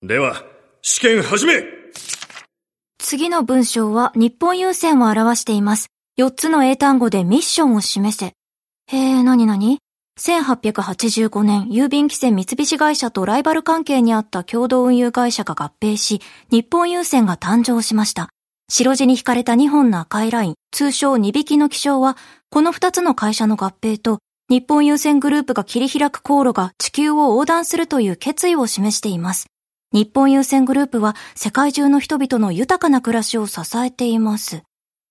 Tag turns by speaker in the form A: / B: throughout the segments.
A: では、試験始め
B: 次の文章は日本郵船を表しています。4つの英単語でミッションを示せ。へえ、なになに ?1885 年、郵便規制三菱会社とライバル関係にあった共同運輸会社が合併し、日本郵船が誕生しました。白地に引かれた2本の赤いライン、通称2匹の気象は、この2つの会社の合併と、日本郵船グループが切り開く航路が地球を横断するという決意を示しています。日本郵船グループは世界中の人々の豊かな暮らしを支えています。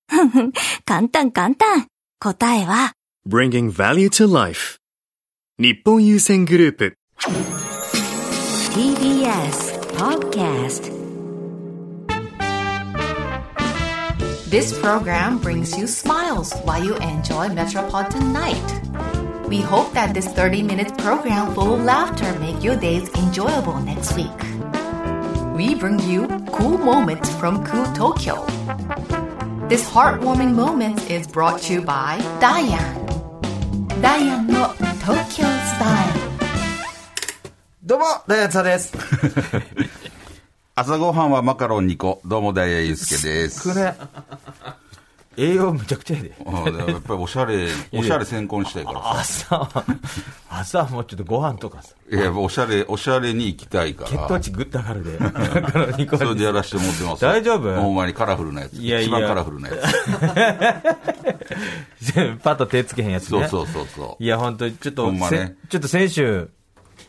B: ふんふん、簡単簡単。答えは、
A: !Bringing Value to Life 日本優先グループ
C: TBS Podcast.
D: This program brings you smiles while you enjoy Metropolitan Night. We hope that this 30 minute program full of laughter make your days enjoyable next week. We bring you cool moments from cool Tokyo. This heartwarming moment is brought to you by Diane. Diane no Tokyo Style.
E: どうも、ダイアンツァです。
F: 朝ごはんはマカロン2個。どうも、ダイヤユースケです。
E: これ、栄養むちゃくちゃやで。
F: うんでもやっぱりおしゃ れ、おしゃれ先行にしたいからさ。
E: 朝は、朝はもうちょっとご飯とかさ、
F: いや、やっぱおしゃれ、おしゃれに行きたいか
E: 血
F: ら
E: 糖。値ぐっと上がるで。だからニコ
F: それでやらせてもらってます。
E: 大丈夫
F: ほんまにカラフルなやつ。
E: いやいや
F: 一番カラフルなやつ。
E: パッと手つけへんやつ
F: そう
E: ね。
F: そうそうそう。
E: いや、本当にちょっ
F: ほ
E: と、
F: んまね
E: せちょっと先週、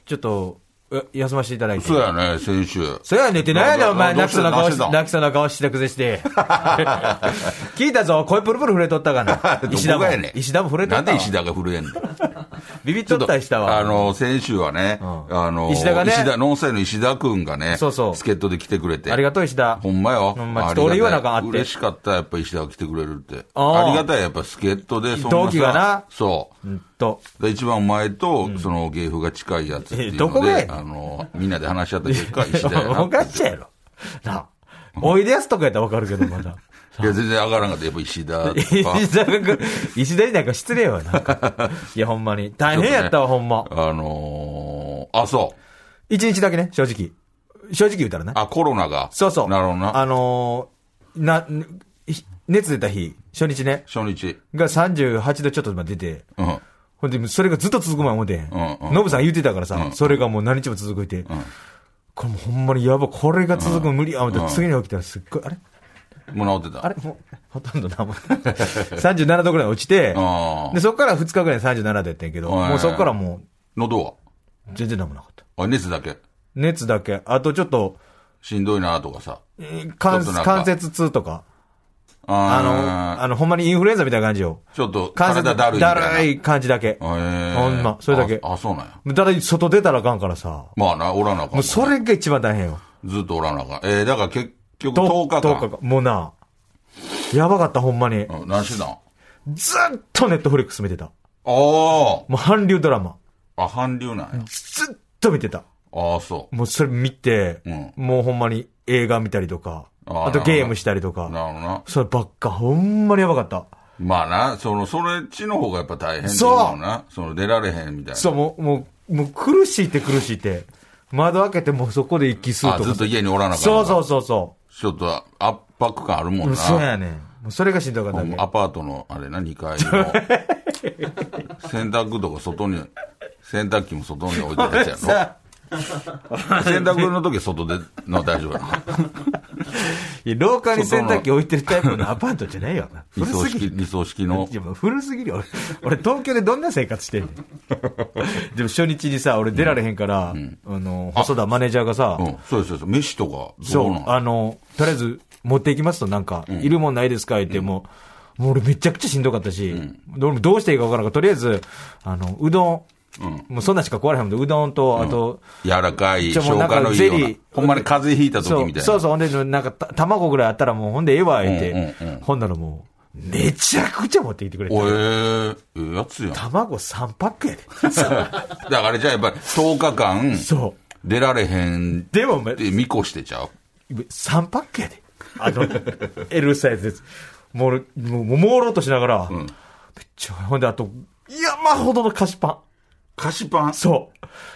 E: ちょっと、え休ませていただいて。
F: そうやね、先週。
E: そうやねってなんやねん、お前、
F: どう
E: 泣き
F: し
E: そ
F: た
E: うな顔し、
F: どうした
E: 泣きそうな顔してくぜして。 聞いたぞ、声プルプル震えとったがな
F: 。ど
E: 石田
F: こ
E: も
F: がやね。ん
E: 石田も震えと
F: な
E: っ
F: ん
E: た
F: で
E: わ。
F: 石田が震えんの
E: ビビっとった石田は。
F: あの、先週はね、
E: うん
F: あの、
E: 石田がね
F: 石田、ノンサイの石田くんがね、
E: そうそう
F: 助っ人で来てくれて。
E: ありがとう、石田。
F: ほんまよ。
E: ほんまちょっ
F: ありが
E: と
F: たい
E: 俺言わなあかんあって
F: 嬉しかった、やっぱ石田が来てくれるって。
E: ああ
F: ありがたい、やっぱ助っ人で、そんなさ
E: 同期がな
F: そう。
E: うんと。
F: で一番お前と、その、芸風が近いやつっていうの
E: え
F: で、
E: どこがやねん
F: あの、みんなで話し合った結果、石田やな。
E: おかしいやろ。なあ。おいでやすとかやったらわかるけど、まだ。
F: い や、全然上がらんかった。やっぱ石田とか。
E: 石田が、石田になんか失礼よ、なん か。いや、ほんまに。大変やったわ、ほんま。
F: あのーあ、そう。
E: 一日だけね、正直。正直言うたらね。
F: あ、コロナが。
E: そうそう。
F: なるほどな。
E: あのー、な、ひ熱出た日、初日ね、
F: 初日。
E: が38度ちょっとまで出て、
F: うん。
E: ほんで、それがずっと続くまん思て
F: んうん
E: ノブさん言ってたからさ
F: う、ん
E: それがもう何日も続いて、これもうほんまにやばい、これが続くの無理や思って、次に起きたらすっごい、あれ
F: もう治ってた。
E: あれもう、ほとんど 何もない。37度ぐらい落ちて
F: あ、ー
E: で、そこから2日ぐらい37度やったんやけど、
F: はい
E: もうそこからも
F: 喉は
E: う、全然何もなかった。
F: あ、熱だけ。
E: 熱だけ、あとちょっと、
F: しんどいなとかさ。
E: えー関
F: ちょっとなんか
E: 関節痛とか、
F: あ
E: あの、あの、ほんまにインフルエンザみたいな感じよ。
F: ちょっと
E: 関節
F: 体だるいみたいな
E: い感じだけ。ほ
F: へー
E: んま、それだけ。
F: あ、あそうなんや。
E: だから外出たらあかんからさ、
F: まあな、おらなあかん。
E: もうそれが一番大変よ。
F: ずっとおらなあかん。えー、だから結局
E: と
F: 10日間。
E: 10もうな、やばかった、ほんまに。
F: うん、何してたんあ
E: ずっとネットフリックス見てた。
F: あ
E: もう韓流ドラマ。
F: あ、韓流なんや。
E: ずっと見てた。
F: ああ、そう。
E: もうそれ見て、
F: うん
E: もうほんまに映画見たりとか、
F: あー
E: あとゲームしたりと
F: な
E: か、
F: るほどな。
E: そればっか、ほんまにやばかった。
F: まあな、その、それっちの方がやっぱ大変ってい
E: そう
F: うのな。その、出られへんみたいな。
E: そう、もう、もう、もう苦しいって苦しいって。窓開けてもうそこで息吸う
F: あ、
E: とか。
F: ずっと家におらなあかん。
E: そうそう。そうそ
F: ちょっと圧迫感あるもん
E: う。
F: な。
E: そうやねん。もうそれがしんどかった
F: ほ
E: わ
F: ん
E: け
F: まアパートの、あれな、2階の。洗濯とか外に、洗濯機も外に置いてたや つやろ。
E: さ
F: 洗濯の時は外で、の大丈夫やな。
E: いや廊下に洗濯機置いてるタイプのアパートじ ゃないよ。
F: 理
E: 古
F: 想
E: すぎ
F: 式、
E: る。
F: 理想式の
E: い。やもう古すぎるよ。俺、俺東京でどんな生活してんね ん。でも初日にさ、俺出られへんから、あの、細田マネージャーがさ、
F: うん、そうですそうです。飯とか、ど
E: そうう
F: な、の
E: あの、とりあえず持っていきますと、なんか、いるもんないですか言って、もう、もう俺めちゃくちゃしんどかったし、俺もどうしていいかわからんから、とりあえず、あの、うどん、もうそんなんしか壊れへんもんで、うどんと、あと、
F: 柔らかい、
E: じゃあも
F: 消
E: うなんか
F: 化のいいよう
E: ゼ
F: な
E: リー。
F: ほんまに風邪ひいた時
E: そう
F: みたいな。
E: そうそう、ほんで、なんかた、卵ぐらいあったらもう、ほんでええわ、言って、
F: うんうんうん
E: ほんならもう、めちゃくちゃ持ってきてくれて
F: おえー、ええやつやん。だか
E: 卵3パックやで。
F: らあれじゃあやっぱり10日間、
E: そう。
F: 出られへんっ
E: でも、お前
F: て見越してちゃう
E: 3パックやで。あ の、L サイズです。もう俺、もう、もう朦朧としながら、めっちゃ、ほんで、あと、山ほどの菓子パン。
F: 菓子パン
E: そ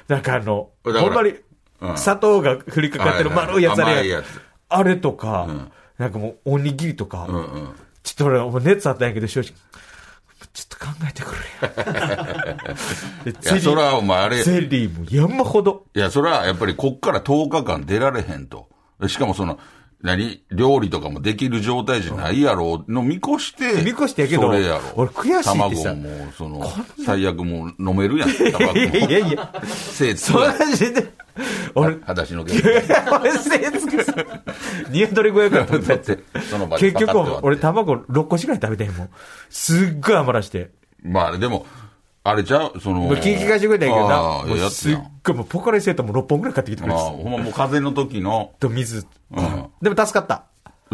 E: う。なんかあの、
F: だから
E: ほんまに、
F: うん
E: 砂糖が振りかかってる
F: はいはい
E: 丸いやつあ
F: 甘
E: れ
F: いや
E: や
F: つ
E: あれとか、
F: ん
E: なんかもうおにぎりとか、
F: うんうん。
E: ちょっと俺、お前熱あったんやけど、正直。ちょっと考えてく
F: い
E: れよ
F: や、それはお前あれ、
E: ゼリーも山ほど。
F: いや、それはやっぱりこっから10日間出られへんと。しかもその、何料理とかもできる状態じゃないやろの見越して。
E: 見越してやけど
F: それやろ。
E: 俺悔しいってさ
F: 卵も、その、最悪もう飲めるやん。タバコも。
E: いやいやいや、
F: せいつ
E: そ。れじで、俺、
F: 裸足の毛。だ
E: 俺、せつくさ、 ニワトリ小屋か ら
F: っ。て、その場で
E: 結
F: パカッて
E: 局
F: 割っ、て
E: 俺、卵6個しかい食べてんもん。すっごい余らして。
F: まああれでも、あれちゃうその。
E: もう聞き返してくれたんやけどな。
F: ああ
E: もう
F: やつ
E: すっ
F: やん。
E: ごい、もうポカリセットも6本ぐらい買ってきてくれ
F: まあ、
E: てた
F: ほんまもう風邪の時の、
E: と水。
F: うん
E: でも助かった。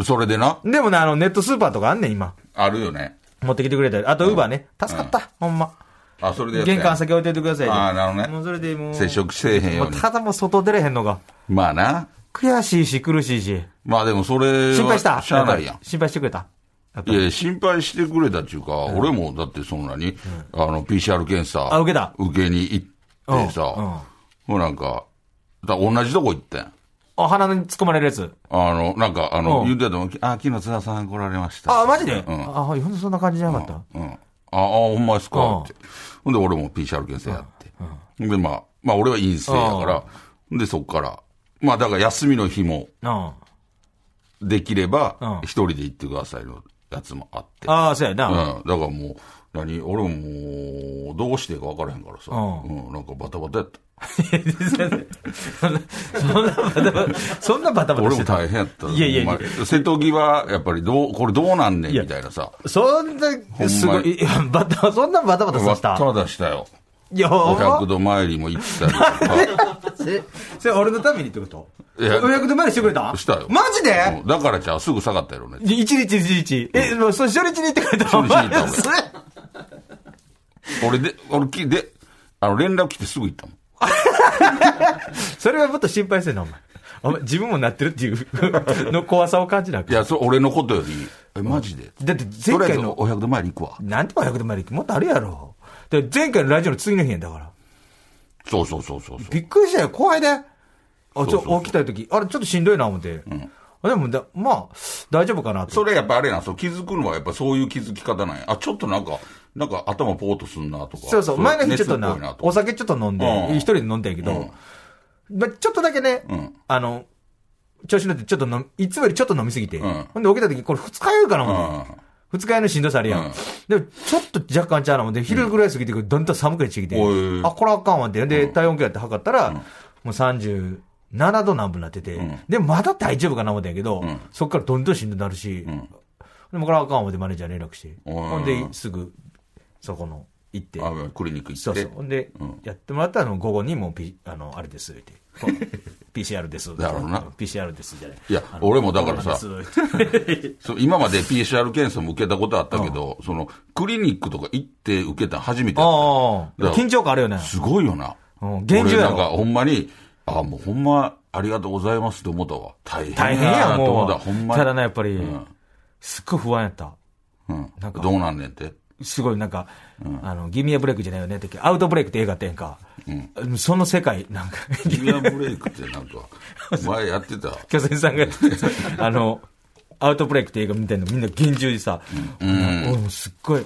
F: それでな、
E: でもね、あの、ネットスーパーとかあんねん、今。
F: あるよね。
E: 持ってきてくれたり。あと、ウーバーね。助かった、ほんま。
F: あ、それでやったん
E: 玄
F: や
E: 関先置いといてくださいね
F: ああなるほどね
E: もうそれでもう。
F: 接触せえへんよ
E: も
F: う
E: う
F: に。
E: ただもう外出れへんのが。
F: まあな。
E: 悔しいし、苦しいし。
F: まあでもそれは
E: 心配した
F: しゃあないやん。
E: 心配してくれたやっぱ
F: いやいや、心配してくれたっていうか、俺もだってそんなに、あの、PCR 検査。
E: あ受けた
F: 受けに行ってさ、
E: うんうん
F: もうなんか、だ同じとこ行ってん。
E: あ、鼻に突っ込まれるやつ。
F: あの、なんか、あの、
E: うん
F: 言うてたと思うけどあ、昨日津田さん来られました。
E: あ、マジで、
F: うん。
E: あ、ほんとそんな感じじゃなかった、
F: うん。ああ、ほんまです
E: うん
F: かって。ほんで、俺も PCR 検査やって。で、まあ、まあ、俺は陰性だから、で、そっから。まあ、だから休みの日も、
E: うん。あ
F: できれば、
E: うん
F: 一人で行ってくださいのやつもあって。
E: あ、そうやな。
F: うん。だからもう、何俺ももう、どうしていいか分からへんからさ。
E: う
F: うん。なんかバタバタやった。
E: そんな、そんなバタバタ、そんなバタバタ
F: 俺
E: し
F: も
E: てた。
F: 大変やった。
E: いやいやいや
F: ほんま瀬戸際、やっぱりどう、これどうなんねんみたいなさ。
E: そん
F: ま
E: な、すごい、いやバタ、そんなバタバタさ
F: バ
E: せた。
F: タバタしたよ。
E: いや、ほ
F: お
E: んま
F: 百度参りも行ったりとか。
E: え、それ俺のためにってこと
F: いや
E: お役の前にしてくれた
F: したよ。
E: マジで
F: うんだからじゃあすぐ下がったやろね。
E: い一日一日。え、もう、それ初日に行ってくれた
F: 初日に行った
E: お前それ
F: 俺で、俺き、で、あの、連絡来てすぐ行ったもん。
E: それはもっと心配せんな、お前。お前、自分もなってるっていう の怖さを感じなあか
F: い
E: ん
F: や、そ俺のことより、え、マジで。
E: だって前
F: とりあえ
E: 回
F: ず
E: の、
F: お百度参り行くわ。
E: なんでも100度まで行ってもっとあるやろ。で、前回のラジオの次の日やんだから。
F: そうそうそうそうそう。
E: びっくりしたよ、怖いで。あ、ち
F: そうそうそ
E: ょ、
F: う
E: 起きた時、あれ、ちょっとしんどいな、思って。あでもだ、まあ、大丈夫かなと。
F: それやっぱあれなん、そう気づくのはやっぱそういう気づき方なんや。あ、ちょっとなんか、なんか頭ぽーっとすんなとか。
E: そうそう、前の日ちょっと
F: 熱っぽい
E: な、
F: と
E: お酒ちょっと飲んで、
F: うん
E: 一人で飲んだんやけど、まあちょっとだけね、
F: うん
E: あの、調子乗ってちょっと飲み、いつもよりちょっと飲みすぎて、
F: ん
E: ほんで起きた時、これ二日酔いかな、思って
F: うん
E: 二日酔いのしんどさあるやん。
F: うん
E: でも、ちょっと若干ちゃうなもんで、昼ぐらい過ぎてくるとだんだん寒くなってきて、
F: おい
E: あ、これあかんわって、で、体温計やって測ったら、もう37度何分なってて、
F: ん
E: で、まだ大丈夫かな思ったんやけど、
F: ん
E: そっからどんどんしんどくなるし、
F: ん
E: でもこれあかんわってマネージャーに連絡して、
F: おい
E: ほんで、すぐ、そこの、行って。
F: あ、クリニック行って。
E: そうそう。ほんで、やってもらったら、あの午後にもう、ピあの、あれです、って。こう PCR です。
F: なるほどな
E: PCR です、じゃない。
F: いや
E: あ、の
F: 俺もだからさ、
E: コロナです
F: そう今まで PCR 検査も受けたことあったけど、その、クリニックとか行って受けたの初めてやった
E: ああ、緊張感あるよね。
F: すごいよな。
E: うん現状やろ
F: 俺なんかほんまに、あ、もうほんま、ありがとうございますって思ったわ。大変
E: 大変や
F: なと思
E: も
F: った。ほん
E: う。
F: まに。
E: ただな、やっぱり
F: ん、
E: すっごい不安やった。
F: うん。
E: なんか
F: どうなんねん って。
E: すごいなんか、あの、ギミアブレイクじゃないよねって、アウトブレイクって映画あったやんか。その世界、なんか、
F: ジュニアブレイクってなんか、前やってた。
E: 巨泉さん がやってたあの、アウトブレイクって映画みたいなのみんな厳重にさ、俺もすっごい、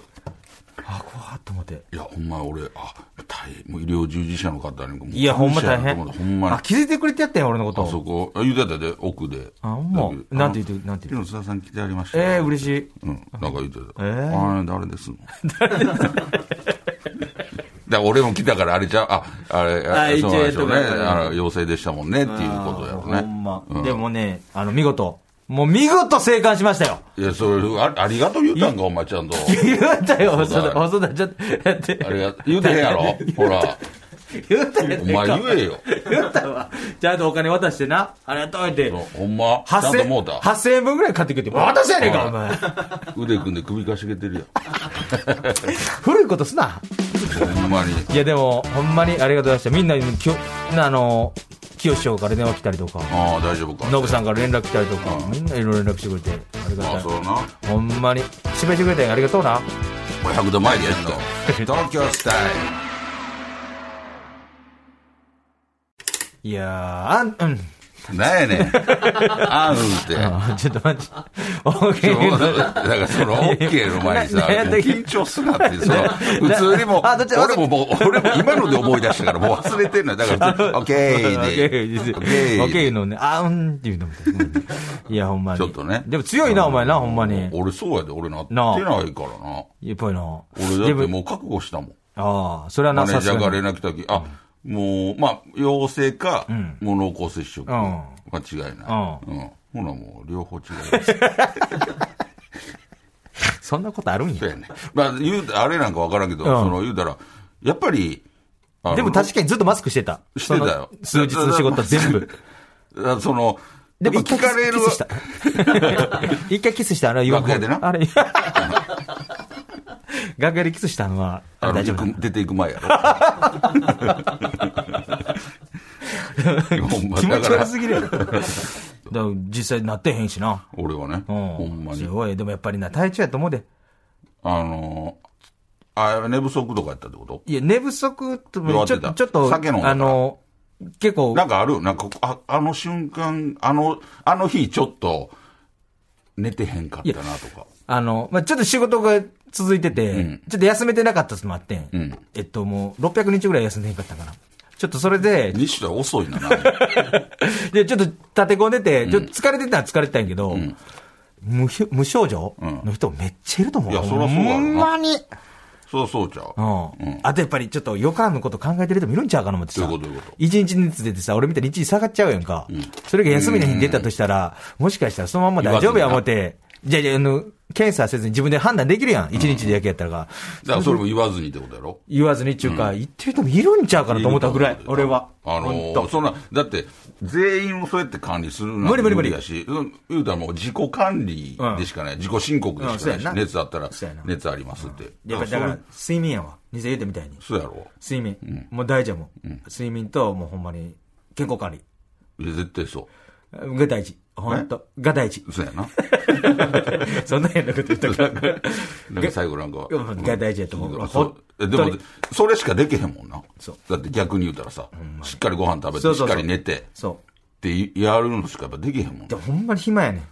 E: あ、怖っと思って。
F: いや、ほんま俺、あ、大変、もう医療従事者の方にもう
E: いや、ほんま大
F: 感謝やなと思
E: 変。
F: ったほんまに。
E: あ、気づいてくれてやったんや、俺のこ
F: あそ
E: と。
F: こ、あ言うてたで、奥で。
E: あほんまなんて言ってなんて言
F: うて。昨日津田さん来てありました。
E: ええ、嬉
F: しい。
E: しい。
F: うん、なんか言うてた。
E: ええ
F: あれ、誰ですの だから俺も来たから、あれちゃう、あ、あれ、
E: あ
F: そうなんでしょうね。
E: 一応やっとかな
F: あの、陽性でしたもんね、っていうことやろね。
E: ほんま
F: う。ん
E: でもね、あの、見事。もう見事生還しましたよ。
F: いや、それ、あありがとう言うたんか、お前ちゃんと。
E: 言ったよ、細
F: そう
E: 田。
F: だ
E: 細田、ちょっと、やって。
F: あれや、言うてへんやろほ ら、
E: 言ったよ。
F: お前言えよ。
E: 言ったわ。ちゃんとお金渡してな。ありがとうって。
F: ほんま、ちゃんともうた。
E: 8000円分ぐらい買ってくれて、私やねんか、
F: うん
E: お前。
F: 腕組んで首かしげてる
E: 古いことすな。
F: やん。ほんまに。
E: いや、でも、ほんまにありがとうございました。みんなに、きょ、あの、清志師匠から電話来たりとか、
F: ああ、大丈夫か。
E: ノブさんから連絡来たりとか、みんないろいろ連絡してくれて、ありが
F: まあ、
E: た
F: そ。
E: いう
F: だな。
E: ほんまに、芝居してくれたんやありがとうな。
F: 100度前でやったよ東京スタイル
E: いやー、あん、うん。
F: なんやねん。あんって。
E: あ ちょっと待って。OK
F: そうだからその OK の前にさ、もう
E: ななんやったっけ
F: 緊張すなって、その、普通にもう、
E: あどっちだ
F: 俺ももう、俺も今ので思い出したからもう忘れてんのよ。だから普通に、OK で、
E: オッケ
F: OK
E: ーのね、あうんっていうのみたいな。いや、ほんまに。
F: ちょっとね
E: でも強いな、お前な、ほんまに。
F: 俺そうやで、俺なってないからな。
E: やっぱりな。
F: 俺だって
E: でも
F: もう覚悟したもん。
E: ああ、それは
F: マ
E: な
F: ネー
E: さ
F: ジ
E: す
F: ャー
E: が
F: が
E: に。
F: 連絡来た時、あ、もう、まあ、陽性か、もう濃厚接触。間違いない。うん。ほなもう、両方違います。
E: そんなことあるんや
F: そう。やね。 まあ、言うたあれなんかわからんけど、その、言うたら、やっぱり、あの
E: でも確かにずっとマスクしてた。
F: してたよ
E: その数日の仕事は全部。
F: あその、
E: でも
F: やっぱ
E: 一回
F: 聞かれる
E: キスした。一回キスしたあれは 言わん
F: 楽屋でな
E: あれ。楽屋でキスしたのは、あ
F: あ
E: れ
F: の
E: 大丈夫
F: 行く出ていく前 やろ。ほんま
E: 気持
F: だ
E: ち
F: から
E: 悪すぎる やろ。だから実際なってへんしな。
F: 俺はね、
E: う
F: ほん
E: ん。
F: ますに。
E: ごい。でもやっぱりな、体調やと思うで。
F: あのー、あ、寝不足とかやったってこと
E: いや、寝不足と
F: 弱
E: も、
F: っ
E: ち
F: て
E: ょ
F: た
E: ちょっと、
F: 酒飲んだから
E: あの、結構、
F: なんかあるなんか、ああの瞬間、あの、あの日ちょっと、寝てへんかったなとか。
E: あの、まあ、ちょっと仕事が続いてて、
F: ん
E: ちょっと休めてなかったっもあってん、
F: ん
E: えっと、もう、600日ぐらい休んでへんかったかな。ちょっとそれで、
F: 西田遅いな、なん
E: で、ちょっと立て込んでて、ちょっと疲れてたら疲れてたんやけど、無ひ無症状の人めっちゃいると思う。
F: いやそりゃそうやろな
E: ほんまに。
F: そうそうちゃう。
E: うん。あとやっぱりちょっと予感のこと考えてる人もいるんちゃうかな思ってさ。
F: どういうことどういうこと
E: 一日熱出てさ、俺みたいに一日下がっちゃうやんか。それが休みの日に出たとしたら、もしかしたらそのまんま大丈夫や思って、じゃあじゃあ、あの、検査せずに自分で判断できるやん。一日でだけやったらが。
F: だからそれも言わずにってことやろ
E: 言わずにっていうか、言ってる人もいるんちゃうかなと思ったぐらい、俺は。
F: あの
E: ほん
F: ー
E: と
F: そんな、だって、全員をそうやって管理するなんて
E: 無理無理無理
F: だし、うん言うたらもう自己管理でしかない、自己申告でしかない
E: うんそうや
F: し、
E: な
F: 熱あったら
E: そうやな、
F: 熱ありますって。
E: やっぱりだから
F: それ、
E: 睡眠やわ。二千言うてみたいに。
F: そうやろ
E: 睡眠。もう大事やもん。睡眠と、もうほんまに、健康管理。
F: いや、絶対そ
E: が大事。ほんと。が大事
F: う。。そうやな。
E: そんな変なこと言ったから。
F: なんか最後なんか。
E: うんが大事やと思う。
F: そ
E: ほん
F: うえでも
E: 本当に、
F: それしかできへんもんな
E: そう。
F: だって逆に言うたらさ、しっかりご飯食べ
E: そう
F: て、し
E: そうそう
F: っかり寝て、
E: そ
F: ってやるのしかやっぱできへんもん
E: う。
F: な
E: でもほんまに暇やね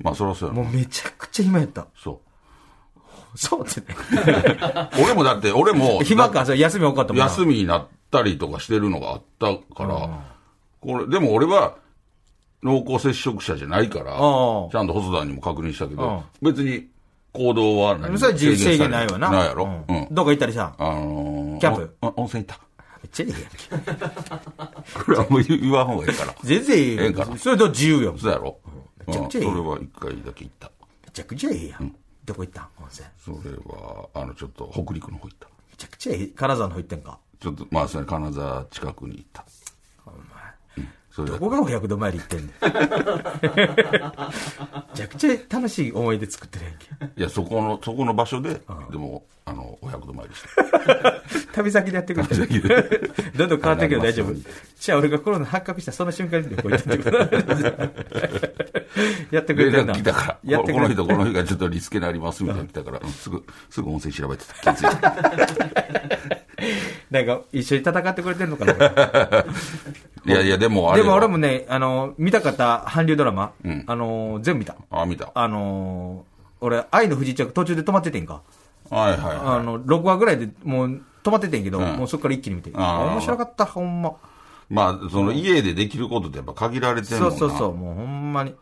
F: まあ、そりゃそうや
E: ん。も
F: な。
E: うめちゃくちゃ暇やった。
F: そう。
E: そうってね。
F: 俺もだって、俺も、
E: 暇か、それ休み多かったもんな。
F: 休みになったりとかしてるのがあったから、これ、でも俺は、濃厚接触者じゃないから、ち
E: うん
F: ゃんと細田にも確認したけど、別に行動は何も
E: それは自由制限ないわな。
F: ないやろ
E: う
F: うんん。
E: どこ行ったりさ。
F: あのー
E: キャンプ
F: おお温泉行った。
E: チェリーやんけ。
F: これはもう言わん方がいいから。
E: 全然いい
F: ええんかな
E: それと自由やもん。
F: そうやろ
E: めちゃくちゃいい
F: うんそれは一回だけ行った。
E: めちゃくちゃいいやん。どこ行ったん温泉。
F: それは、あの、ちょっと北陸の方行った。
E: めちゃくちゃいい。金沢の方行ってんか。
F: ちょっと、まあ、それ金沢近くに行った。うんそれだ
E: ど
F: け
E: こが500度前で 行ってんねん。めちゃくちゃ楽しい思い出作ってるやんけ。
F: いや、そこの、そこの場所で、でも、あの、お百度参り した。
E: 旅先でやってくる。どんどん変わってくけど大丈
F: あな
E: 夫
F: りま。
E: じゃあ俺がコロナ発覚したその瞬間に旅行行ったってことやってくれ
F: 連
E: てるな。
F: 絡来たか
E: や
F: ら、こ
E: って
F: この
E: くれ
F: 人、この日がちょっとリスケになりますみたいなの来たから、うんすぐ、すぐ温泉調べてた。気づい た。
E: なんか一緒に戦ってくれてるのかな。
F: いやいや、でもあれ
E: で
F: は。
E: も俺もね、あの、見たかった韓流ドラマ、あの、全部見た。
F: あ、見た。は
E: あの、俺、愛の不時着途中で止まっててんか。
F: いはい
E: あ
F: は
E: の、6話ぐらいでもう止まっててんけど、もうそこから一気に見て。
F: あー
E: 面白かった、ほんま。
F: い。まあ、その家でできることってやっぱ限られてる
E: そ
F: もん
E: う
F: な。
E: そうそう、もうほんまに。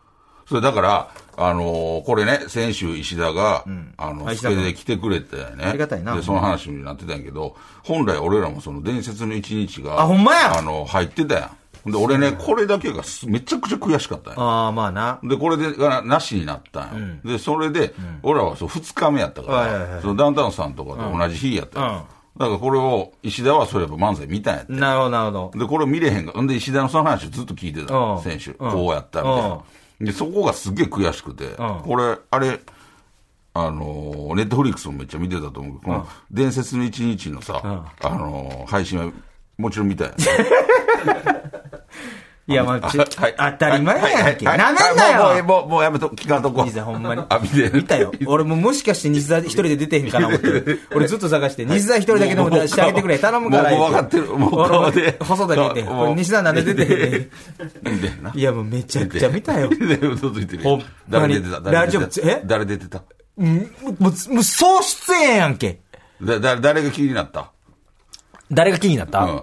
F: それだから、あのーこれね、先週石田が、あの、
E: あ
F: ス
E: 石田
F: ペ
E: 君
F: で来てくれてね。あ
E: りがたいな
F: で、その話になってたんやけど、本来俺らもその伝説の一日が、
E: あほんまや
F: あの、入ってたやん。で、俺ね、これだけがすめちゃくちゃ悔しかったんや。
E: ああ、まあな。
F: で、これで、がなしになったんよ。で、それで、俺らはそう、二日目やったか
E: はいはいは
F: ら、そのダウンタウンさんとかと同じ日やったよ
E: うん
F: だからこれを、石田はそういえば漫才見たんやって。
E: なるほど、なるほど。
F: で、これを見れへんが、んで、石田のその話をずっと聞いて
E: う
F: た
E: ん、
F: 選手。
E: うん
F: こうやったみたいな。で、そこがすげえ悔しくて、これ、あれ、あのー、ネットフリックスもめっちゃ見てたと思うけど、この伝説の一日のさ、あのー、配信はもちろん見たんや
E: いや、まあ、ちょ
F: はい
E: 当たり前やんけ。
F: はいは
E: ないめんな
F: はい
E: よ
F: もう、もう、もうやめと、聞かんとこ。
E: 西田ほんまに
F: あ、見て。
E: 見たよ。俺ももしかして西澤一人で出てへんかな 思って。俺ずっと探して、西澤一人だけでも出してあげてくれ。頼むから
F: もうもう
E: 言
F: 分かってる。もう
E: 俺
F: 顔で。
E: 細田に言って。
F: もう
E: これ西澤なんで出てへんね
F: 見てな。
E: んいや、もうめちゃくちゃ見たよ。
F: で嘘ついてる
E: ほん
F: よ。
E: まに
F: 誰出てた誰出て
E: ラジ
F: た
E: オえ
F: 誰出てた
E: うんもう、もう、総出演やんけ。
F: だ、だ、誰が気になった
E: 誰が気になった、
F: うん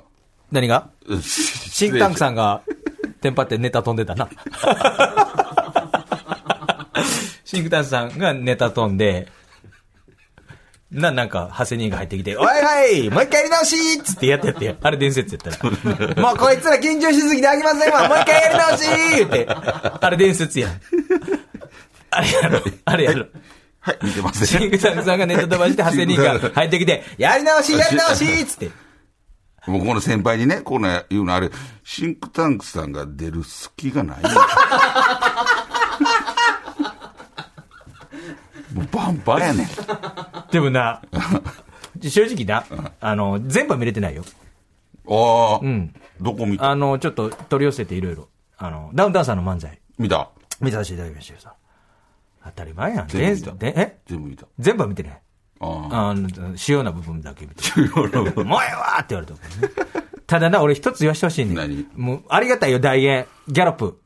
E: 何がシ
F: シ
E: ンクタンクさ
F: ん。
E: んが、テンパってネタ飛んでたな。シンクタンクさんがネタ飛んで、な、なんか、長谷人が入ってきて、おいはいもう一回やり直しっつってやってやってよ。あれ伝説やったら。もうこいつら緊張しすぎてあきませんわもう一回やり直しって。あれ伝説やん。あれやろ、あれやろ。
F: はい、見てます
E: シンクタンクさんがネタ飛ばして、長谷人が入ってきて、やり直しやり直しっつって。
F: もうこの先輩にね、この言うのあれ、シンクタンクさんが出る隙が ない。もうバンバンやねん。
E: でもな、 正直な、あの、全部は見れてないよ。
F: ああ、
E: ん
F: どこ見た
E: あの、ちょっと取り寄せていろいろ。あの、ダウンタウンさんの漫才、
F: 見た
E: 見させていただきましたけどさ。当たり前やん。
F: 全部見た
E: 全でえ
F: 全部見た。
E: 全部は見てない。
F: ああ。
E: あの、主要な部分だけ見て。主要な部分。もうええわって言われたもんね、ただな、俺一つ言わしてほしいねん
F: 何
E: もう、ありがたいよ、大円。ギャロップ。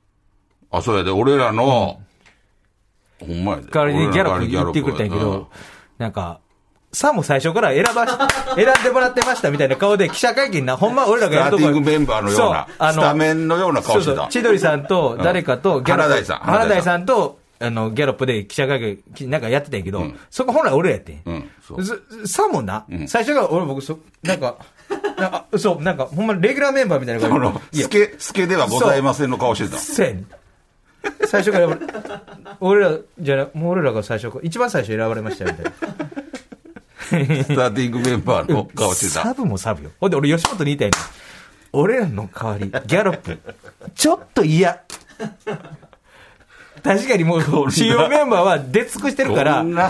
F: あ、そうやで、俺らの、ほんまやで。
E: 代わりにギャロップ
F: 俺ら
E: 言
F: の
E: ってくれたんやけ
F: うん
E: ど、なんか、さも最初から選ばし、選んでもらってましたみたいな顔で記者会見な、ほんま俺らがやるとこ
F: スターティングメンバーのような
E: そ
F: スタメンのような顔してた
E: そうそう千鳥さんと誰かと、
F: うん
E: ギャロップ
F: 花大さん
E: 花
F: 花
E: 大
F: 大
E: さ
F: さ
E: んと、あの、ギャロップで記者会見、なんかやってたんやけど、
F: ん
E: そこ本来俺らやってん。
F: うんそう
E: ずさもな、最初から俺僕、そ、なんか、なんか、そう、なんか、ほんまレギュラーメンバーみたいな
F: そ
E: 顔
F: の、
E: いや
F: スケ、スケではございませんの顔してた。
E: せん。最初から俺、俺ら、じゃなもう俺らが最初から、一番最初選ばれましたよみたいな。
F: スターティングメンバーの顔して
E: サ
F: た。
E: ブもサブよ。ほんで、俺、吉本に言いたいの。俺らの代わり、ギャロップ。ちょっと嫌。確かにもう、主要メンバーは出尽くしてるから
F: こん、な、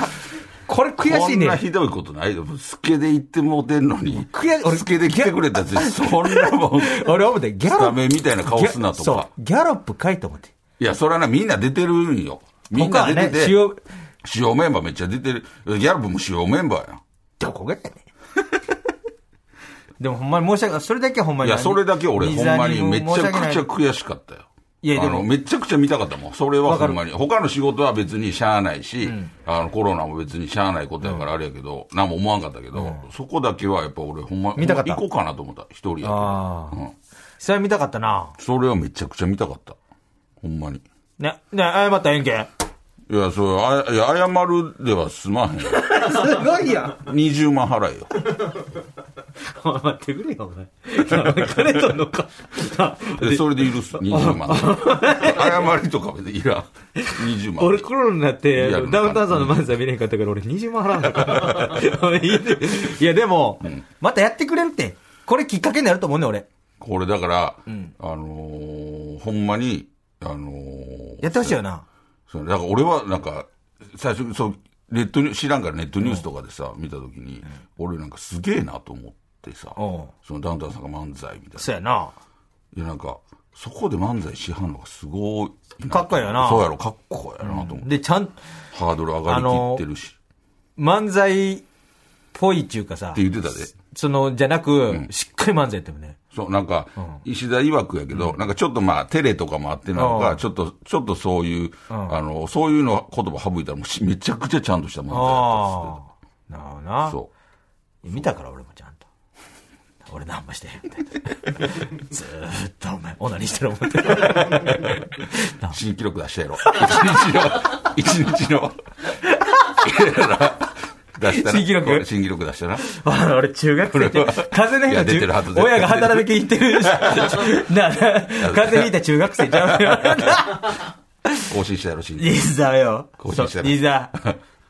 E: これ悔しい
F: こんな
E: ね。
F: ひどいことないでも、スケで行ってもうてんのに、
E: 悔しい俺
F: スケで来てくれたやつに、そんなもん、ス
E: 俺思って、ギャロ
F: タ
E: ップ。
F: メンみたいな顔すなと
E: そ
F: か。
E: う、ギャロップかいと思って。
F: いや、それはな、みんな出てるんよ。みんな出て
E: 他はね
F: て、
E: 主要
F: 主要メンバーめっちゃ出てる。ギャルプも主要メンバーやん。
E: どこがやねん。でもほんまに申し訳ない。それだけはほんま
F: い
E: に。
F: や、それだけ俺、ほんまにめちゃくちゃ
E: ゃ。
F: 悔しかったよ。
E: いやで
F: あ
E: も
F: の、めちゃくちゃ見たかったもん。それは
E: わか
F: ほ
E: る
F: んまに。他の仕事は別にしゃあないし、あの、コロナも別にしゃあないことやからあれやけど、何も思わんかったけど、そこだけはやっぱ俺、ほんま、
E: 見たかった
F: ほんま行こうかなと思った。一人や
E: あ
F: けど。う
E: あ。
F: ん。
E: それ見たかったな。
F: それはめちゃくちゃ見たかった。ほんまに。
E: ね、ね、謝ったらええんけ。
F: いや、そう、あいや、謝るでは済まへん。
E: すごいやん。
F: 20万払えよ。
E: お前待ってくれよ、お前。彼とんのか。
F: でそれで許す、20万。 謝りとか別にいらん。20万。
E: 俺コロナになって、
F: い
E: ダ
F: や
E: ウンタウンさんの漫才見れへんかったから、俺20万払うんだから。いや、でも、またやってくれるって。これきっかけになると思うね、俺。
F: これだから、あのーほんまに、あのー
E: やってほしいよな。
F: そのだから俺はなんか、最初、そう、ネットに、知らんからネットニュースとかでさ、見たときに、俺なんかすげえなと思ってさ、
E: うん
F: そのダウンタウンさんが漫才みたい
E: そうやな。
F: な。いやなんか、そこで漫才しはんのがすごいな。
E: かっこええよな
F: そうやろ、かっこええなと思って。
E: で、ちゃん、
F: ハードル上がりきってるし。
E: 漫才っぽいっていうかさ
F: って、言ってたで。
E: その、じゃなく、しっかり漫才やってもね。
F: そう、なんか、石田曰くやけど、なんかちょっとまあ、テレとかもあってなの
E: う
F: か、
E: ん
F: ちょっと、ちょっとそういう、あの、そういうの言葉省いたら、もうしめちゃくちゃちゃんとした漫才だったっ
E: ああ。なるほどな。
F: つってたそ
E: 見たから俺もちゃんと。俺なんもしてへんみたいな。ずーっとお前、オナニーしてる思ってる。
F: う。新記録出したやろ。一日の、一日の。 出したな
E: 新記録
F: 新記録出したな。
E: あ の俺中学生って、風邪の
F: い
E: 日
F: や
E: の
F: 出てるはず
E: 中、親が働きに行ってる し、な、な風邪ひいた中学生ちゃうよ。
F: 更新したやろ、新記
E: い
F: 録。
E: ざよ。
F: 更新したな
E: そういざ。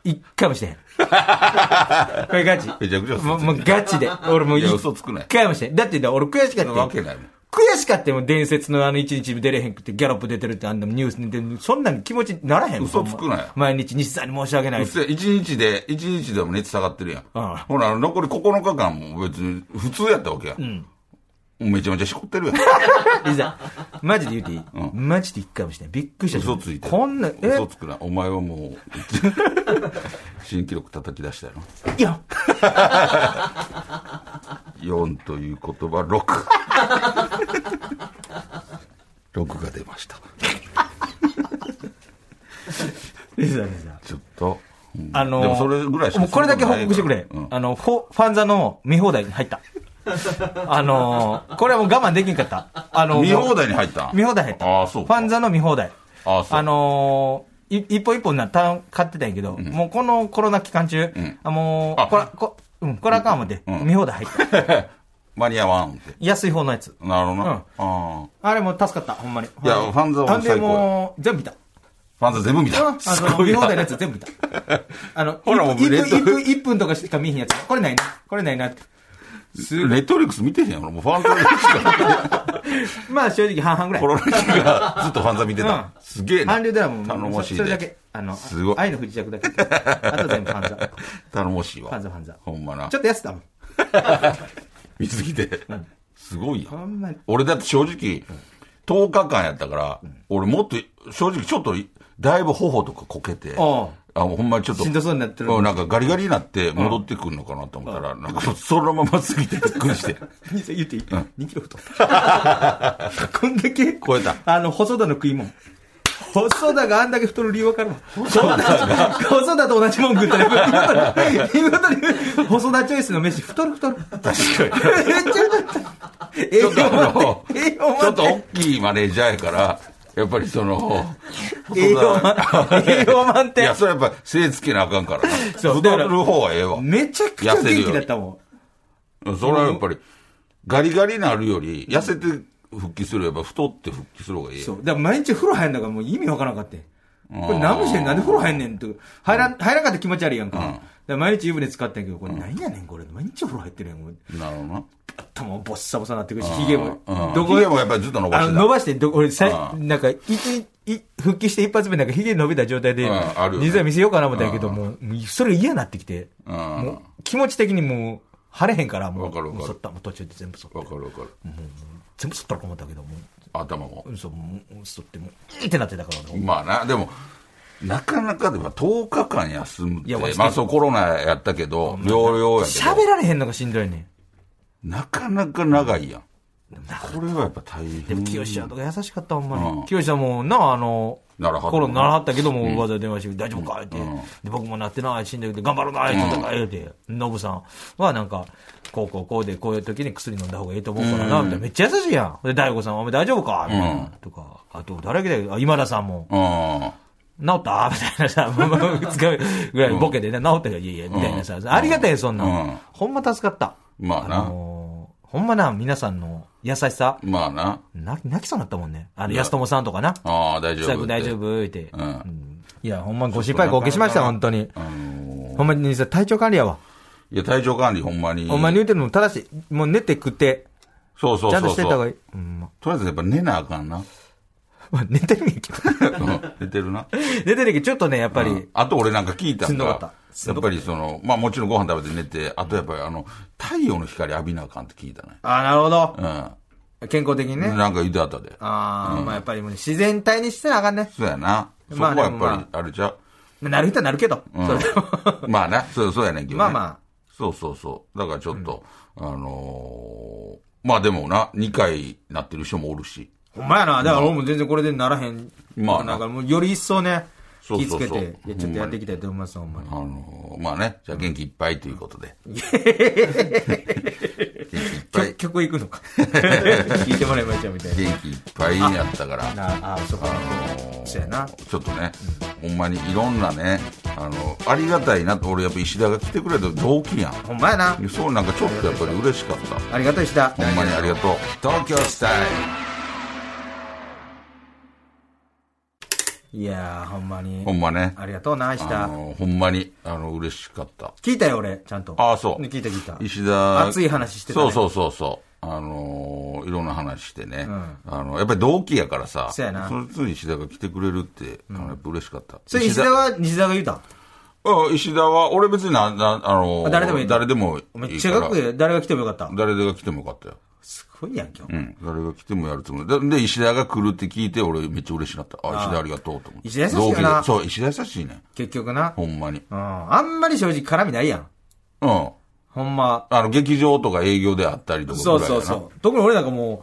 E: 一回 もしてへん。これガチ。
F: めちゃくちゃ嘘ついてる
E: もうもうガチで。俺もう
F: いや嘘つくな
E: 一
F: い
E: 回もしてへん。だってな俺悔しかったよ。
F: わけないもん
E: 悔しかったよ、伝説のあの一日出れへんくて、ギャロップ出てるってあんなニュースに出て、そんなん気持ちにならへんもん
F: 嘘つくなよ
E: 毎日西さんに申し訳な
F: う
E: い
F: っ。せえ一日で、一日でも熱下がってるやん。
E: ん
F: ほら、残り9日間も別に普通やったわけやん。めちゃめちゃしこってるやん。
E: リザ、マジで言うていい、マジで一回もしてない。びっくりした。
F: 嘘ついてる。
E: こんな、え
F: 嘘つくな。お前はもう、 新記録叩き出したよ。
E: いや、
F: 4という言葉、6。6が出ました。
E: リザ、リザ。
F: ちょっと。うん
E: あのー
F: でもそれぐらいしか
E: もうこれだけ報告してくれ。
F: うん
E: あの、フォ、ファンザの見放題に入った。 あのーこれはもう我慢できんかった。あのー
F: 見放題に入った
E: 見放題入った。
F: ああそう
E: フ
F: か
E: ァンザの見放題。
F: ああそう
E: のーい一本一本な、た買ってたんやけど、もうこのコロナ期間中、
F: ん
E: あもう、
F: あ
E: こら、こ、うん、これあかん思って、
F: うん
E: 見放題入った。
F: 間に合わんって。
E: 安い方のやつ。
F: なるほどな。
E: うん
F: ああ。
E: あれも助かった、ほんまに。
F: いや
E: はい
F: ファンザは
E: なんで
F: 最高や
E: もう、全部見た。
F: ファンザ全部見
E: あ
F: た。す
E: の、
F: ごい
E: 見放題の
F: な。
E: やつ全部見 た。あの、
F: ほらもう
E: 1分、
F: レッド
E: 1分、1分とかしか見えへんやつ。これないな。これないなって。すごい
F: レトリックス見てへんやろ。もうファンザでしか。
E: まあ正直半々ぐらい
F: コ。ロナ禍がずっとファンザ見てた。
E: うん
F: すげえな。
E: 韓流ドラマも
F: 頼もしいで。
E: それだけ。あの
F: すご、い
E: 愛の不時 着だけ。あと全部ファンザ。
F: 頼もしいわ。
E: ファンザファンザ
F: ほんまな。
E: ちょっと痩せた もん。
F: 見すぎて。すごいや
E: ほんまに。
F: 俺だって正直、10日間やったから、俺もっと、正直ちょっと、だいぶ頬とかこけて、
E: おう
F: あほんまにちょっと、
E: しんどそうになってる
F: うんなんかガリガリになって戻ってくるのかなと思ったら、なんかそのまま過ぎてびっくり して。
E: 兄さん言っていい ?2 キ ロ太った。こんだけ。
F: 超えた
E: あの、細田の食い物。細田があんだけ太る理由わかるわ。細田細田と同じもん食ったら、見事に、見事に細田チョイスの飯、太る太る。めっち
F: 確かに。
E: ゃ太った。栄
F: ちょ
E: 養
F: っとあ
E: 満
F: の、
E: 点。栄
F: ち
E: 養
F: ょっと
E: 満点
F: 大。きいマネージャーやから、やっぱりその、
E: 栄養満点。栄養満
F: い
E: 点
F: や、。それやっぱ、精つけなあかんからな。
E: そう
F: 太る方はええわ。
E: めちゃくちゃ元気だったもん。
F: それはやっぱり、ガリガリなるより、痩せて復帰すれば、太って復帰する方がいい。
E: そう。だから毎日風呂入んのがもう意味わからんかって。これ何もしてんなんで風呂入んねんって。入らん、入らんかって気持ち悪いやんか。だから毎日湯船使ってんけど、これ何やねんこれ。毎日風呂入ってるやん。もう
F: なるほどな。
E: 頭ボッサボサなってくるし、髭も
F: うん。。
E: ど
F: ど
E: こ
F: こでもやっぱりずっと伸ば
E: あ
F: し
E: の
F: てた。
E: 伸ばして、どこ、俺さ、
F: う
E: なんか、いい、い、復帰して一発目なんか髭伸びた状態で
F: うんある、よね
E: 実は見せようかな思ったんやけど、もう、もうそれ嫌になってきて、
F: うん
E: もう、気持ち的にもう、晴れへんから、もう、
F: わかるわかる
E: もう剃った、もう途中で全部剃った
F: わ。かるわかる。
E: 全部剃ったらと思ったけど、もう。
F: 頭も。
E: 嘘もう嘘ってもういいってなってたから俺
F: まあな、でも、なかなかでは10日間休むっ
E: いやマ
F: て、
E: ジで
F: まあそうコロナやったけど、療養やけ
E: 喋
F: ど、
E: られへんのがしんどいね
F: なかなか長いやん。これはやっぱ大変。
E: んでも清ちゃんとか優しかったほんま
F: うん
E: に清ちゃんもなあの
F: ならはった
E: コロナならはったけども、わざわざ電話して大丈夫かって、で僕もなってないしんどいけど頑張ろうな言ってたから言うてノブさんはなんかこうこうこうでこういう時に薬飲んだ方がいいと思うからなみたいなめっちゃ優しいやんで大悟さんはお前大丈夫かみたいなとかあと誰だっけだよあ今田さんも
F: うん。
E: 治 ったみたいなさ、もう2日目ぐらいボケでね、治ったよ、いやいや、みたいなさ、ありがたいよ、そんな
F: うん
E: ん。ほんま助かった。
F: まあな
E: のーほんまな、皆さんの優しさ、
F: まあな。
E: 泣き泣きそうになったもんね。あの、安友さんとかな。
F: ああ、大丈夫
E: 久
F: っ
E: く
F: て。
E: 大丈夫って。
F: うん
E: うんいや、ほんまご心配お受けしました、本当に。
F: あの
E: ほんまにさ、体調管理やわ。
F: ーいや、体調管理ほんまに。
E: ほんまに言うてるのも正しい。もう寝て食って、
F: そうそうそうそう。
E: ちゃんとしてた方がいい。うんま
F: とりあえずやっぱ寝なあか んな。
E: まあ寝てるんや けど。
F: うん寝てるな。
E: 寝てるけど、ちょっとね、やっぱ
F: うん
E: り、
F: あと俺なんか聞いた
E: し
F: ん
E: ん
F: が
E: どかったし
F: やっぱりその、まあもちろんご飯食べて寝て、あとやっぱりあの、太陽の光浴びなあかんって聞いたね。
E: あーなるほど。
F: う
E: 健康的にね
F: ん。。なんか言ってあったで。
E: ああ、まあやっぱりもうね自然体にしてなあかんね。
F: そうやな。そこ
E: まあ
F: はや
E: で
F: っ
E: もまあ
F: ぱり、あれじゃう。
E: まあなる人はなるけど。
F: うん
E: それでも
F: まあな、そう、そうやねんけど、ね。
E: まあまあ。
F: そうそうそう。だからちょっと、あのーまあでもな、2回なってる人もおるし。
E: ほんまやな。だから俺も全然これでならへん。
F: まあ
E: なんかもうより一層ね、気
F: そう
E: ぃ
F: そ
E: つ
F: うそう
E: けて、いやちょっとやっていきたいと思います、ほんまに
F: あ。のーまあね、じゃあ元気いっぱいということで。
E: 曲曲行くのか。聞いてもらいましょうみたいな。
F: 元気いっぱいにやったから。
E: なあ、そこの。そうやな。
F: ちょっとね、ほんまにいろんなね、あの、ありがたいなと、俺やっぱ石田が来てくれた同期やん。
E: ほんまやな。
F: そうなんかちょっとやっぱり嬉しかった。
E: ありがとうでした。
F: ほんまにありがとう。東京スタイ
E: いやー、ほんまに
F: ル。ほ。んまね。
E: ありがとうな、し
F: あ
E: た。
F: の、ほんまに、あの、嬉しかった。
E: 聞いたよ、俺、ちゃんと。
F: ああ、そう。
E: ね聞いた聞いた。
F: 石田。
E: 熱い話してた
F: そ
E: ね
F: うそうそうそう。あのーいろんな話してね。あの、やっぱり同期やからさ。
E: そうやな
F: それつい石田が来てくれるって、あのやっぱ嬉しかった。
E: それ石田は、西田が言うた。
F: うん石田は、俺別にな、な、あのー
E: 誰でもいい
F: 誰でもいいから。
E: めっちゃかっこいい。誰が来てもよかった。
F: 誰でが来てもよかったよ。
E: すごいやん、今日。
F: うん。誰が来てもやるつもり。だで、石田が来るって聞いて、俺めっちゃ嬉しいなった。あ、石田ありがとうと思って。
E: 石田優しいよな
F: 同期でそう、石田優しいね。
E: 結局な。
F: ほんまに。
E: うん。あんまり正直絡みないやん。
F: うん。
E: ほんま。
F: あの、劇場とか営業であったりとかぐら
E: そ
F: いうやな。
E: そうそう。特に俺なんかも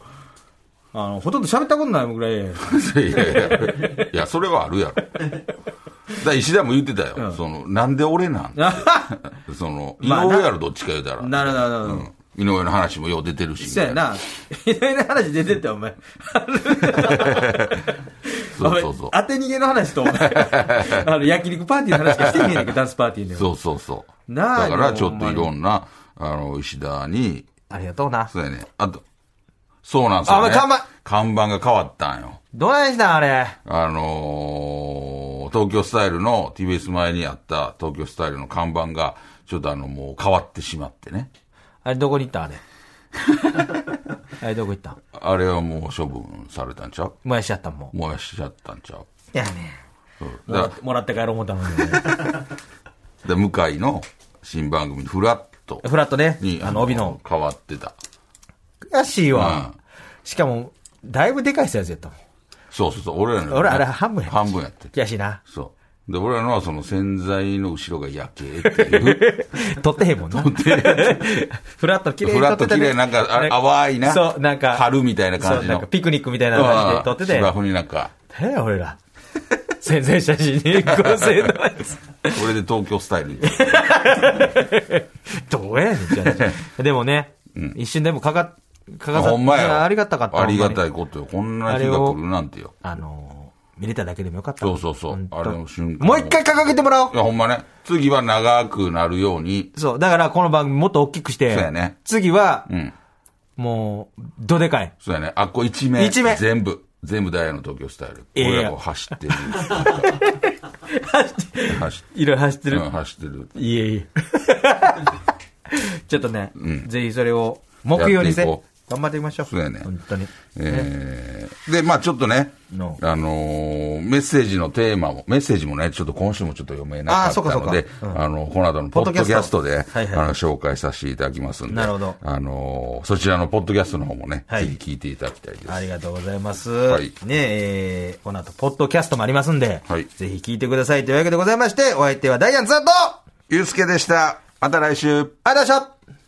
E: う、あの、ほとんど喋ったことないぐらいやん。
F: いや いやいや、いや、それはあるやろ。だから石田も言ってたよ。その、なんで俺なんその、井
E: まあな
F: 上やろ、どっちか言うたら。
E: なるほどなるほど
F: うん井上の話もよう出てる し。
E: そうやな。いろいろな話出てったよお前。
F: みたいな。そうそうそう
E: お。前当て逃げの話と、 お前あの、焼肉パーティーの話しかしてみえないけど、ダンスパーティーで。
F: そうそうそう。
E: なあ
F: だから、ち
E: ほ
F: ょっ
E: ん
F: と
E: まに
F: いろんな、あの、石田に、
E: ありがとうな。
F: そうやね。あと、そうなんですよ、ね。
E: あ看板
F: 看板が変わったんよ。
E: どないしたんあれ。
F: あのー東京スタイルの TBS 前にあった東京スタイルの看板が、ちょっとあの、もう変わってしまってね。
E: あれどこに行ったんあ れ。あれどこ行ったん
F: あれはもう処分されたんちゃう
E: 燃やしちゃったんもう。
F: 燃やしちゃったんちゃう
E: やね
F: そう
E: もら
F: だ
E: もらって帰ろう思ったのに、ね。
F: で向井の新番組、フラット
E: フラットね
F: に、、
E: あの、帯の。
F: 変わってた。
E: 悔しいわ
F: うん。
E: しかも、だいぶでかい人やつやったもん。
F: そうそうそう、俺らの、
E: 俺あれ半分やった
F: 半分やって。
E: 悔しいな。
F: そう。で、俺らのはその洗剤の後ろが夜景っていう。
E: 取ってへんもんな。 フラット綺麗に
F: フ
E: 撮
F: ラッ
E: って
F: と
E: た
F: 綺
E: ね
F: 麗なんか、あ淡いな。
E: そう、なんか。
F: 春みたいな感
E: そ
F: じ
E: うなん
F: の
E: か。ピクニックみたいな感じで撮ってた
F: 芝
E: よ。
F: 生になんか、
E: 何や俺ら。全然写真に合成の やつ。
F: これで東京スタイルに。
E: どうやねんじゃあ。でもね、一瞬でもかか、かかさ
F: ほんま
E: い
F: や。
E: やありがたかった。
F: ありが
E: ほんま
F: た
E: に
F: いことよ。こんな日が来るなんてよ。
E: あのー、見れただけでもよかった。
F: そうそうそう
E: 本当
F: あれの瞬間
E: もう一回掲げてもらおう
F: い。や、ほんまね。次は長くなるように。
E: そう、だからこの番組もっと大きくして、
F: そうやね
E: 次は、
F: ん
E: もう、どでかい。
F: そうやね。あっこ一面。
E: 一面
F: 全部。全部ダイヤの東京スタイル。
E: ええやん
F: 俺らこう走 ってる。走っ
E: いろいろ走って
F: て
E: る。
F: る。うん走ってる。
E: いえいえ。 ちょっとね、ぜひそれを目標にして、
F: やってい
E: 頑
F: こ
E: 張っていきましょう。
F: そうやね
E: 本当に。
F: えーで、まあちょっとね、
E: No
F: あのーメッセージのテーマも、メッセージもね、ちょっと今週もちょっと読めなか
E: あー
F: っ
E: そ
F: た
E: うかそう
F: の
E: か
F: で、あ,、の、この後のポッドキャストで、
E: ポッドキャストはいはい
F: あの、紹介させていただきますんで、
E: なるほど
F: あのーそちらのポッドキャストの方もね、
E: はい
F: ぜひ聞いていただきたいです。
E: ありがとうございます。
F: い
E: ねえーこの後、ポッドキャストもありますんで、
F: はい
E: ぜひ聞いてくださいというわけでございまして、お相手はダイアンツアと、
F: ゆうすけでした。また来週。
E: ありがとうございました